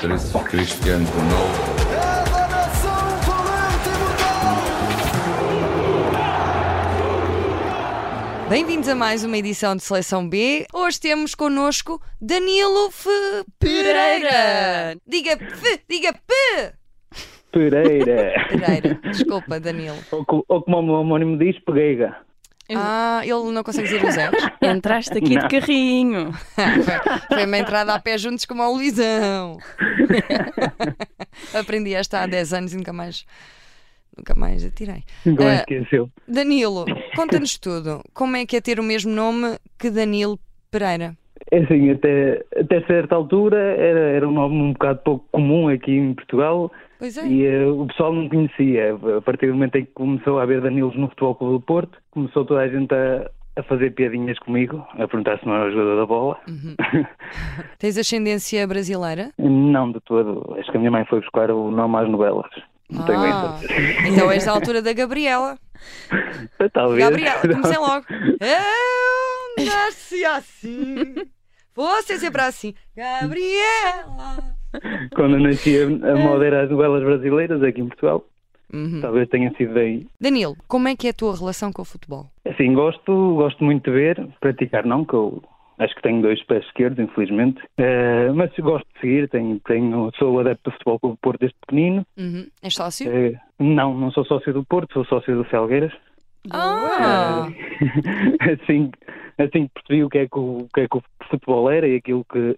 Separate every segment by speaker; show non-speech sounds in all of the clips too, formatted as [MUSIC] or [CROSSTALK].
Speaker 1: 13, Cristiano Ronaldo.
Speaker 2: É da nação valente e mortal.
Speaker 3: Bem-vindos a mais uma edição de Seleção B. Hoje temos connosco Danilo F. Pereira. Diga F, diga P.
Speaker 4: Pereira.
Speaker 3: [LAUGHS] Pereira. Desculpa, Danilo.
Speaker 4: ou, co- ou como o meu homónimo diz, Pereira.
Speaker 3: Ah, ele não consegue dizer os
Speaker 4: [LAUGHS]
Speaker 3: erros.
Speaker 5: Entraste aqui
Speaker 4: Não.
Speaker 5: de carrinho.
Speaker 3: Foi uma entrada a pé juntos como ao
Speaker 4: [LAUGHS]
Speaker 3: Luizão. Aprendi esta há 10 anos e nunca mais. Nunca mais atirei.
Speaker 4: Não
Speaker 3: Ah,
Speaker 4: é esqueceu.
Speaker 3: Danilo, conta-nos tudo. Como é que é ter o mesmo nome que Danilo Pereira?
Speaker 4: É assim, até, até certa altura era, era um nome um bocado pouco comum aqui em Portugal
Speaker 3: Pois é.
Speaker 4: e eh, o pessoal não conhecia. A partir do momento em que começou a haver Danilos no Futebol Clube do Porto, começou toda a gente a, a fazer piadinhas comigo, a perguntar se não era o jogador da bola.
Speaker 3: Hum. Tens ascendência brasileira?
Speaker 4: Não de todo. Acho que a minha mãe foi buscar o nome às novelas. Não tenho
Speaker 3: Ah,
Speaker 4: isso.
Speaker 3: então és da altura da
Speaker 4: [LAUGHS]
Speaker 3: Gabriela.
Speaker 4: Talvez.
Speaker 3: Gabriela,
Speaker 4: [LAUGHS]
Speaker 3: comecei logo. Eu nasci assim. Você sempre assim. Gabriela.
Speaker 4: Quando eu nasci, a moda era as novelas brasileiras aqui em Portugal.
Speaker 3: Uhum.
Speaker 4: Talvez tenha sido daí.
Speaker 3: Danilo, como é que é a tua relação com o futebol?
Speaker 4: Assim, gosto, gosto muito de ver, praticar não, que eu acho que tenho dois pés esquerdos, infelizmente, Eh, mas gosto de seguir, tenho, tenho, sou adepto do futebol Clube do Porto desde pequenino,
Speaker 3: Uhum. És sócio?
Speaker 4: Eh, não, não sou sócio do Porto, sou sócio do Felgueiras, [LAUGHS]
Speaker 3: Ah,
Speaker 4: É. assim, assim que percebi o que, é que o, o que é que o futebol era e aquilo que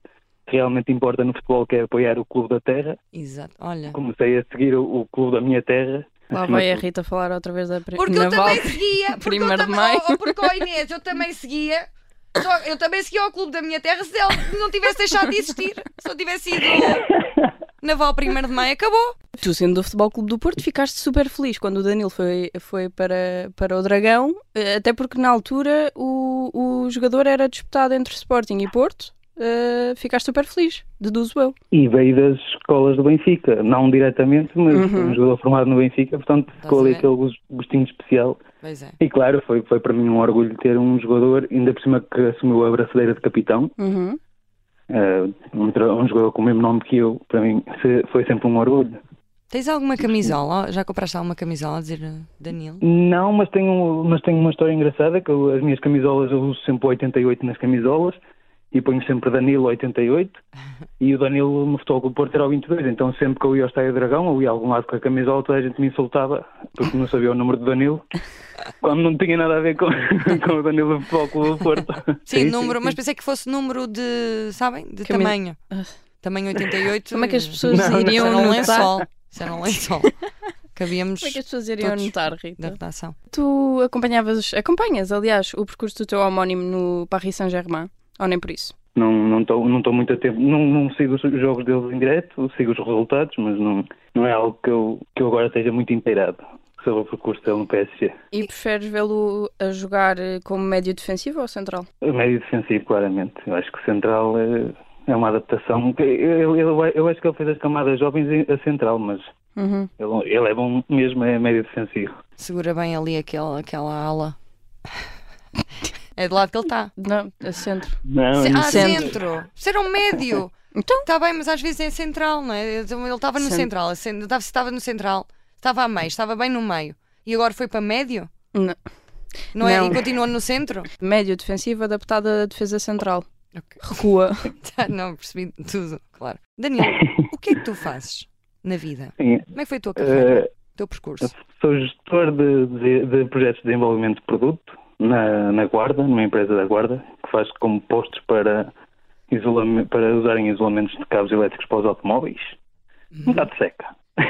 Speaker 4: realmente importa no futebol, que é apoiar o clube da terra,
Speaker 3: exato. Olha.
Speaker 4: comecei a seguir o, o clube da minha terra,
Speaker 5: Lá vai a Rita falar outra vez da pri-
Speaker 3: Porque
Speaker 5: na
Speaker 3: eu também
Speaker 5: volta.
Speaker 3: seguia. Porque eu
Speaker 5: Primeiro de
Speaker 3: também,
Speaker 5: maio.
Speaker 3: ou- ou [LAUGHS] porque o Inês, eu também seguia. Só- eu também seguia ao clube da minha terra se ele não tivesse deixado de existir. Se eu tivesse ido naval primeiro de maio, acabou.
Speaker 5: Tu, sendo do Futebol Clube do Porto, ficaste super feliz quando o Danilo foi, foi para, para o Dragão, eh, até porque na altura o, o jogador era disputado entre Sporting e Porto. eh, ficaste super feliz, deduzo eu.
Speaker 4: E veio das escolas do Benfica, não diretamente, mas
Speaker 5: Uhum.
Speaker 4: um jogador formado no Benfica, portanto ficou ali
Speaker 3: Estás a
Speaker 4: aquele gos- gostinho especial.
Speaker 3: Pois é.
Speaker 4: E claro, foi, foi para mim um orgulho ter um jogador, ainda por cima que assumiu a braçadeira de capitão,
Speaker 5: Uhum.
Speaker 4: eh, um, tra- um jogador com o mesmo nome que eu, para mim se- foi sempre um orgulho.
Speaker 3: Tens alguma camisola? [LAUGHS] Já compraste alguma camisola a dizer uh, Danilo?
Speaker 4: Não, mas tenho, mas tenho uma história engraçada, que eu- as minhas camisolas, eu uso sempre o 88 nas camisolas, e ponho sempre Danilo
Speaker 3: [LAUGHS]
Speaker 4: 88, e o Danilo no futebol Clube do Porto era o 22, então sempre que eu ia ao Estádio Dragão, ou ia a algum lado com a camisola, toda a gente me insultava, porque não sabia o número do
Speaker 3: [LAUGHS]
Speaker 4: Danilo, quando não tinha nada a ver com, [LAUGHS] com o Danilo do futebol Clube do Porto.
Speaker 3: [LAUGHS] Sim, número, mas pensei que fosse número de, sabem? De
Speaker 5: Camisa-
Speaker 3: tamanho. Tamanho 88.
Speaker 5: Ah. Como é que as pessoas
Speaker 4: Não, não.
Speaker 5: iriam
Speaker 3: Isso era um
Speaker 5: notar?
Speaker 3: lençol. Isso
Speaker 5: [LAUGHS]
Speaker 3: era um lençol. Cabíamos
Speaker 5: Como é que as pessoas iriam
Speaker 3: Todos.
Speaker 5: notar,
Speaker 3: da
Speaker 5: Rita?
Speaker 3: redação.
Speaker 5: Tu acompanhavas, acompanhas, aliás, o percurso do teu homónimo no Paris Saint-Germain, ou nem por isso?
Speaker 4: Não não estou não estou muito a tempo, não, não sigo os jogos deles em direto, sigo os resultados, mas não, não é algo que eu, que eu agora esteja muito inteirado sobre o percurso dele no PSG.
Speaker 5: E preferes vê-lo a jogar eh, como médio defensivo ou central?
Speaker 4: O Médio defensivo, claramente. Eu acho que o central é, é uma adaptação. Eu, eu, eu- eu acho que ele fez as camadas jovens em- a central, mas
Speaker 5: Uhum.
Speaker 4: ele, ele é bom mesmo, é médio defensivo.
Speaker 3: Segura bem ali aquela, aquela ala. [LAUGHS] É do lado que ele está.
Speaker 5: Não, a centro.
Speaker 4: Não,
Speaker 3: Se-
Speaker 4: não
Speaker 3: ah,
Speaker 4: sei.
Speaker 3: centro. Isso era um médio.
Speaker 5: Então?
Speaker 3: Está bem, mas às vezes é central, não é? Então Ele estava no
Speaker 5: Sim.
Speaker 3: central. assim, estava- Se estava no central, estava a meio, estava bem no meio. E agora foi para médio?
Speaker 5: Não.
Speaker 3: Não é?
Speaker 5: Não.
Speaker 3: E continua no centro? [LAUGHS]
Speaker 5: Médio defensivo adaptado à defesa central. Recua.
Speaker 3: Tá, Não, percebi tudo, claro. Daniel, o que é que tu fazes na vida?
Speaker 4: Sim,
Speaker 3: Como é que foi a tua carreira,
Speaker 4: eh,
Speaker 3: o teu percurso?
Speaker 4: sou gestor de, de- de projetos de desenvolvimento de produto na, na Guarda, numa empresa da Guarda, que faz compostos para, isolame- para usar em isolamentos de cabos elétricos para os automóveis. Um bocado seca. [LAUGHS] é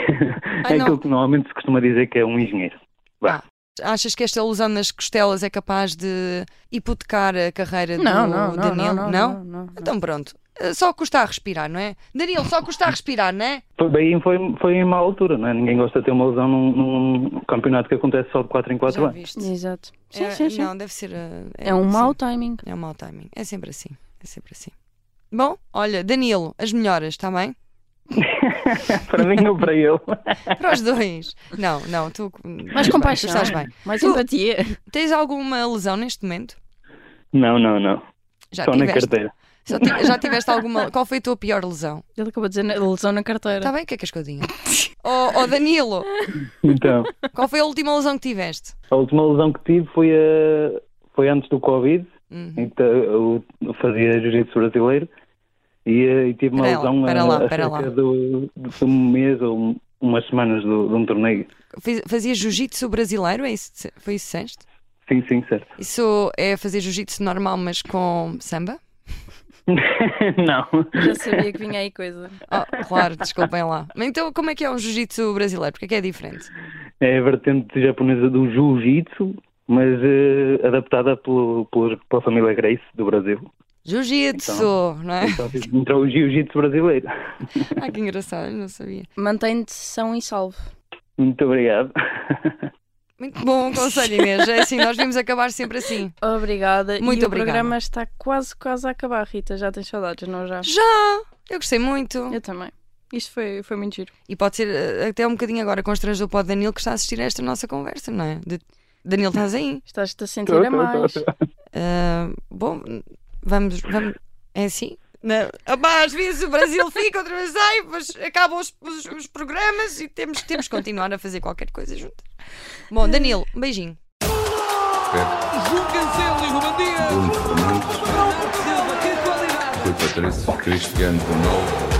Speaker 3: Ah, não.
Speaker 4: aquilo que normalmente se costuma dizer que é um engenheiro. Vá.
Speaker 3: Achas que esta lesão nas costelas é capaz de hipotecar a carreira
Speaker 5: Não,
Speaker 3: [LAUGHS] do
Speaker 5: não, não,
Speaker 3: Daniel?
Speaker 5: não, não, não, não, não.
Speaker 3: Então pronto. Eh, Só custa a respirar, não é? Daniel, só custa a respirar, não é?
Speaker 4: Foi bem, foi, foi em má altura, não é? Ninguém gosta de ter uma lesão num, num campeonato que acontece só de 4 em
Speaker 5: é.
Speaker 4: 4
Speaker 3: Já
Speaker 4: anos.
Speaker 3: viste?
Speaker 5: Exato. Sim,
Speaker 3: É,
Speaker 5: sim, sim.
Speaker 3: Não, deve ser. eh,
Speaker 5: É um mau
Speaker 3: sim,
Speaker 5: timing.
Speaker 3: É um mau timing. É sempre assim. É sempre assim. Bom, olha, Danilo, as melhoras, está bem?
Speaker 4: [LAUGHS] para mim ou para ele.
Speaker 3: Para os dois. Não, não, tu.
Speaker 5: Mais
Speaker 3: tu
Speaker 5: compaixão.
Speaker 3: Estás bem. Uh!
Speaker 5: Mais
Speaker 3: Tu-
Speaker 5: empatia.
Speaker 3: Tens alguma lesão neste momento?
Speaker 4: Não, não, não.
Speaker 3: Já
Speaker 4: só na
Speaker 3: tiveste?
Speaker 4: carteira.
Speaker 3: Só ti- já tiveste alguma. Qual foi a tua pior lesão?
Speaker 5: Ele acabou de dizer na- lesão na carteira.
Speaker 3: Está bem? O que é que és que eu
Speaker 4: [LAUGHS]
Speaker 3: tinha? Oh, oh, Danilo,
Speaker 4: Então,
Speaker 3: qual foi a última lesão que tiveste?
Speaker 4: a última lesão que tive foi, a, foi antes do Covid.
Speaker 3: Hum.
Speaker 4: Então, eu fazia jiu-jitsu brasileiro e, eh, e tive uma
Speaker 3: Pera lá,
Speaker 4: lesão
Speaker 3: pera
Speaker 4: a,
Speaker 3: lá,
Speaker 4: a
Speaker 3: pera lá.
Speaker 4: cerca Do, de um mês ou um- umas semanas do- de um torneio.
Speaker 3: Fiz- Fazias jiu-jitsu brasileiro? É isso, que disse- foi isso que disseste?
Speaker 4: Sim, sim, certo. [LAUGHS]
Speaker 3: Isso é fazer jiu-jitsu normal, mas com samba?
Speaker 4: Não.
Speaker 5: Já sabia que vinha aí coisa.
Speaker 3: Oh, claro, desculpem lá. Mas Então, como é que é um jiu-jitsu brasileiro? Porque é que é diferente?
Speaker 4: É a vertente japonesa do jiu-jitsu, mas eh, adaptada pelo, pelo- pela família Grace do Brasil.
Speaker 3: Jiu-jitsu, não é? [LAUGHS]
Speaker 4: Então, entrou o jiu-jitsu brasileiro.
Speaker 3: Ah, que engraçado, eu não sabia.
Speaker 5: Mantém-te são e salvo.
Speaker 4: Muito obrigado.
Speaker 3: Muito bom conselho, Inês. É assim, nós vimos acabar sempre assim.
Speaker 5: Obrigada.
Speaker 3: Muito
Speaker 5: e
Speaker 3: obrigada.
Speaker 5: o programa está quase, quase a acabar, Rita. Já tens saudades, não já?
Speaker 3: Já! Eu gostei muito.
Speaker 5: Eu também. Isto foi, foi muito giro.
Speaker 3: E pode ser eh, até um bocadinho agora constrangedor para o Danilo que está a assistir a esta nossa conversa, não é? De- Danilo, estás aí?
Speaker 5: Estás-te a sentir a mais.
Speaker 3: Ah, bom, vamos, vamos. É assim? Não. Ah, pá, às vezes o Brasil fica, outra vez sai, mas acabam os, os- os programas e temos, temos que continuar a fazer qualquer coisa juntos. Bom, Danilo, um beijinho.
Speaker 2: João Cancelo e Ruben Dias.
Speaker 1: Bruno Fernandes,
Speaker 2: Ronaldo Silva, que qualidade.
Speaker 1: Rui Patrício, Cristiano Ronaldo.